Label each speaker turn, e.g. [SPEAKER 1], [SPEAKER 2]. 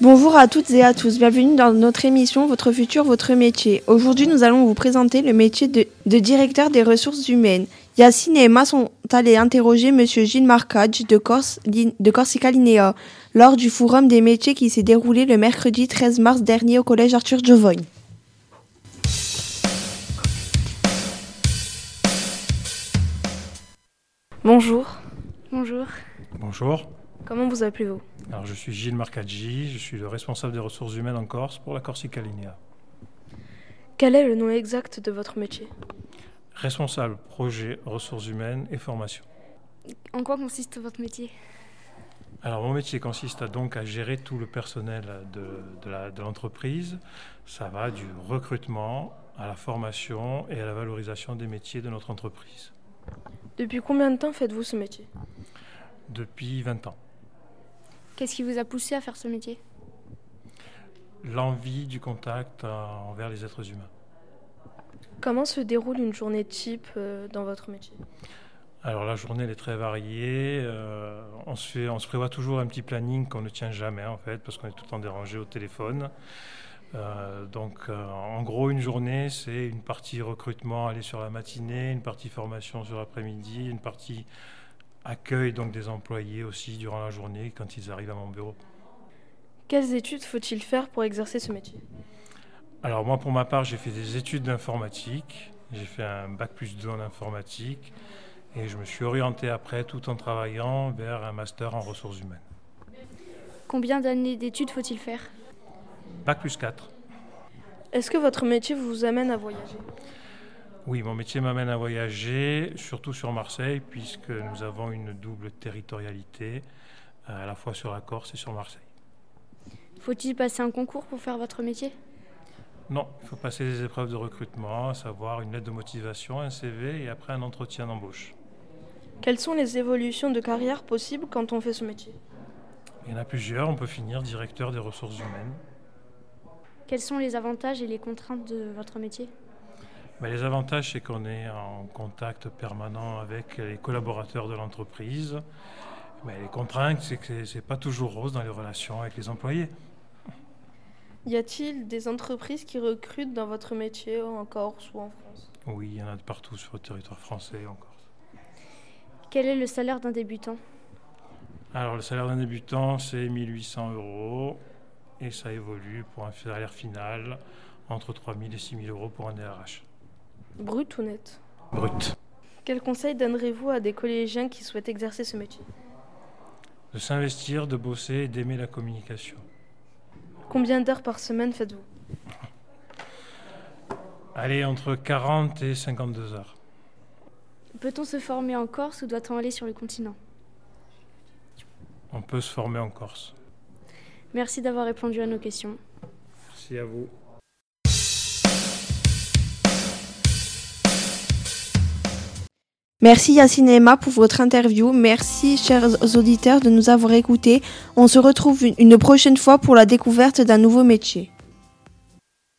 [SPEAKER 1] Bonjour à toutes et à tous, bienvenue dans notre émission Votre futur, votre métier. Aujourd'hui, nous allons vous présenter le métier de, de directeur des ressources humaines. Yacine et Emma sont allés interroger M. Gilles Marcage de, Corse- Lin- de Corsica Linea lors du forum des métiers qui s'est déroulé le mercredi 13 mars dernier au collège Arthur Jovogne. Bonjour,
[SPEAKER 2] Bonjour.
[SPEAKER 3] Bonjour,
[SPEAKER 1] comment vous appelez-vous
[SPEAKER 3] alors je suis Gilles Marcaggi, je suis le responsable des ressources humaines en Corse pour la Corsica Linea.
[SPEAKER 2] Quel est le nom exact de votre métier
[SPEAKER 3] Responsable projet ressources humaines et formation.
[SPEAKER 2] En quoi consiste votre métier
[SPEAKER 3] Alors mon métier consiste à donc à gérer tout le personnel de, de la- de l'entreprise. Ça va du recrutement à la formation et à la valorisation des métiers de notre entreprise
[SPEAKER 2] Depuis combien de temps faites-vous ce métier
[SPEAKER 3] depuis 20 ans.
[SPEAKER 4] Qu'est-ce qui vous a poussé à faire ce métier
[SPEAKER 3] L'envie du contact euh, envers les êtres humains.
[SPEAKER 2] Comment se déroule une journée type euh, dans votre métier
[SPEAKER 3] Alors la journée elle est très variée. euh, on, se fait- on se prévoit toujours un petit planning qu'on ne tient jamais en fait parce qu'on est tout le temps dérangé au téléphone. Euh, donc euh, en gros une journée c'est une partie recrutement aller sur la matinée, une partie formation sur l'après-midi, une partie accueil donc des employés aussi durant la journée quand ils arrivent à mon bureau.
[SPEAKER 2] Quelles études faut-il faire pour exercer ce métier
[SPEAKER 3] Alors moi pour ma part j'ai fait des études d'informatique, j'ai fait un bac plus 2 en informatique et je me suis orienté après tout en travaillant vers un master en ressources humaines.
[SPEAKER 4] Combien d'années d'études faut-il faire
[SPEAKER 3] Bac plus 4.
[SPEAKER 2] Est-ce que votre métier vous amène à voyager
[SPEAKER 3] Oui, mon métier m'amène à voyager, surtout sur Marseille, puisque nous avons une double territorialité, euh, à la fois sur la Corse et sur Marseille.
[SPEAKER 4] Faut-il passer un concours pour faire votre métier
[SPEAKER 3] Non, il faut passer des épreuves de recrutement, à savoir une lettre de motivation, un CV et après un entretien d'embauche.
[SPEAKER 2] Quelles sont les évolutions de carrière possibles quand on fait ce métier
[SPEAKER 3] Il y en a plusieurs, on peut finir directeur des ressources humaines.
[SPEAKER 4] Quels sont les avantages et les contraintes de votre métier
[SPEAKER 3] Ben, les avantages, c'est qu'on est en contact permanent avec les collaborateurs de l'entreprise. Mais les contraintes, c'est que ce n'est pas toujours rose dans les relations avec les employés.
[SPEAKER 2] Y a-t-il des entreprises qui recrutent dans votre métier en Corse ou en France
[SPEAKER 3] Oui, il y en a de partout sur le territoire français et en Corse.
[SPEAKER 4] Quel est le salaire d'un débutant
[SPEAKER 3] Alors, le salaire d'un débutant, c'est 1800 euros et ça évolue pour un salaire final entre 3000 et 6000 euros pour un DRH.
[SPEAKER 2] Brut ou net
[SPEAKER 3] Brut.
[SPEAKER 2] Quels conseils donnerez-vous à des collégiens qui souhaitent exercer ce métier
[SPEAKER 3] De s'investir, de bosser et d'aimer la communication.
[SPEAKER 2] Combien d'heures par semaine faites-vous
[SPEAKER 3] Allez, entre 40 et 52 heures.
[SPEAKER 4] Peut-on se former en Corse ou doit-on aller sur le continent
[SPEAKER 3] On peut se former en Corse.
[SPEAKER 4] Merci d'avoir répondu à nos questions.
[SPEAKER 3] Merci à vous.
[SPEAKER 1] Merci Yacine et Emma pour votre interview. Merci chers auditeurs de nous avoir écoutés. On se retrouve une- une prochaine fois pour la découverte d'un nouveau métier.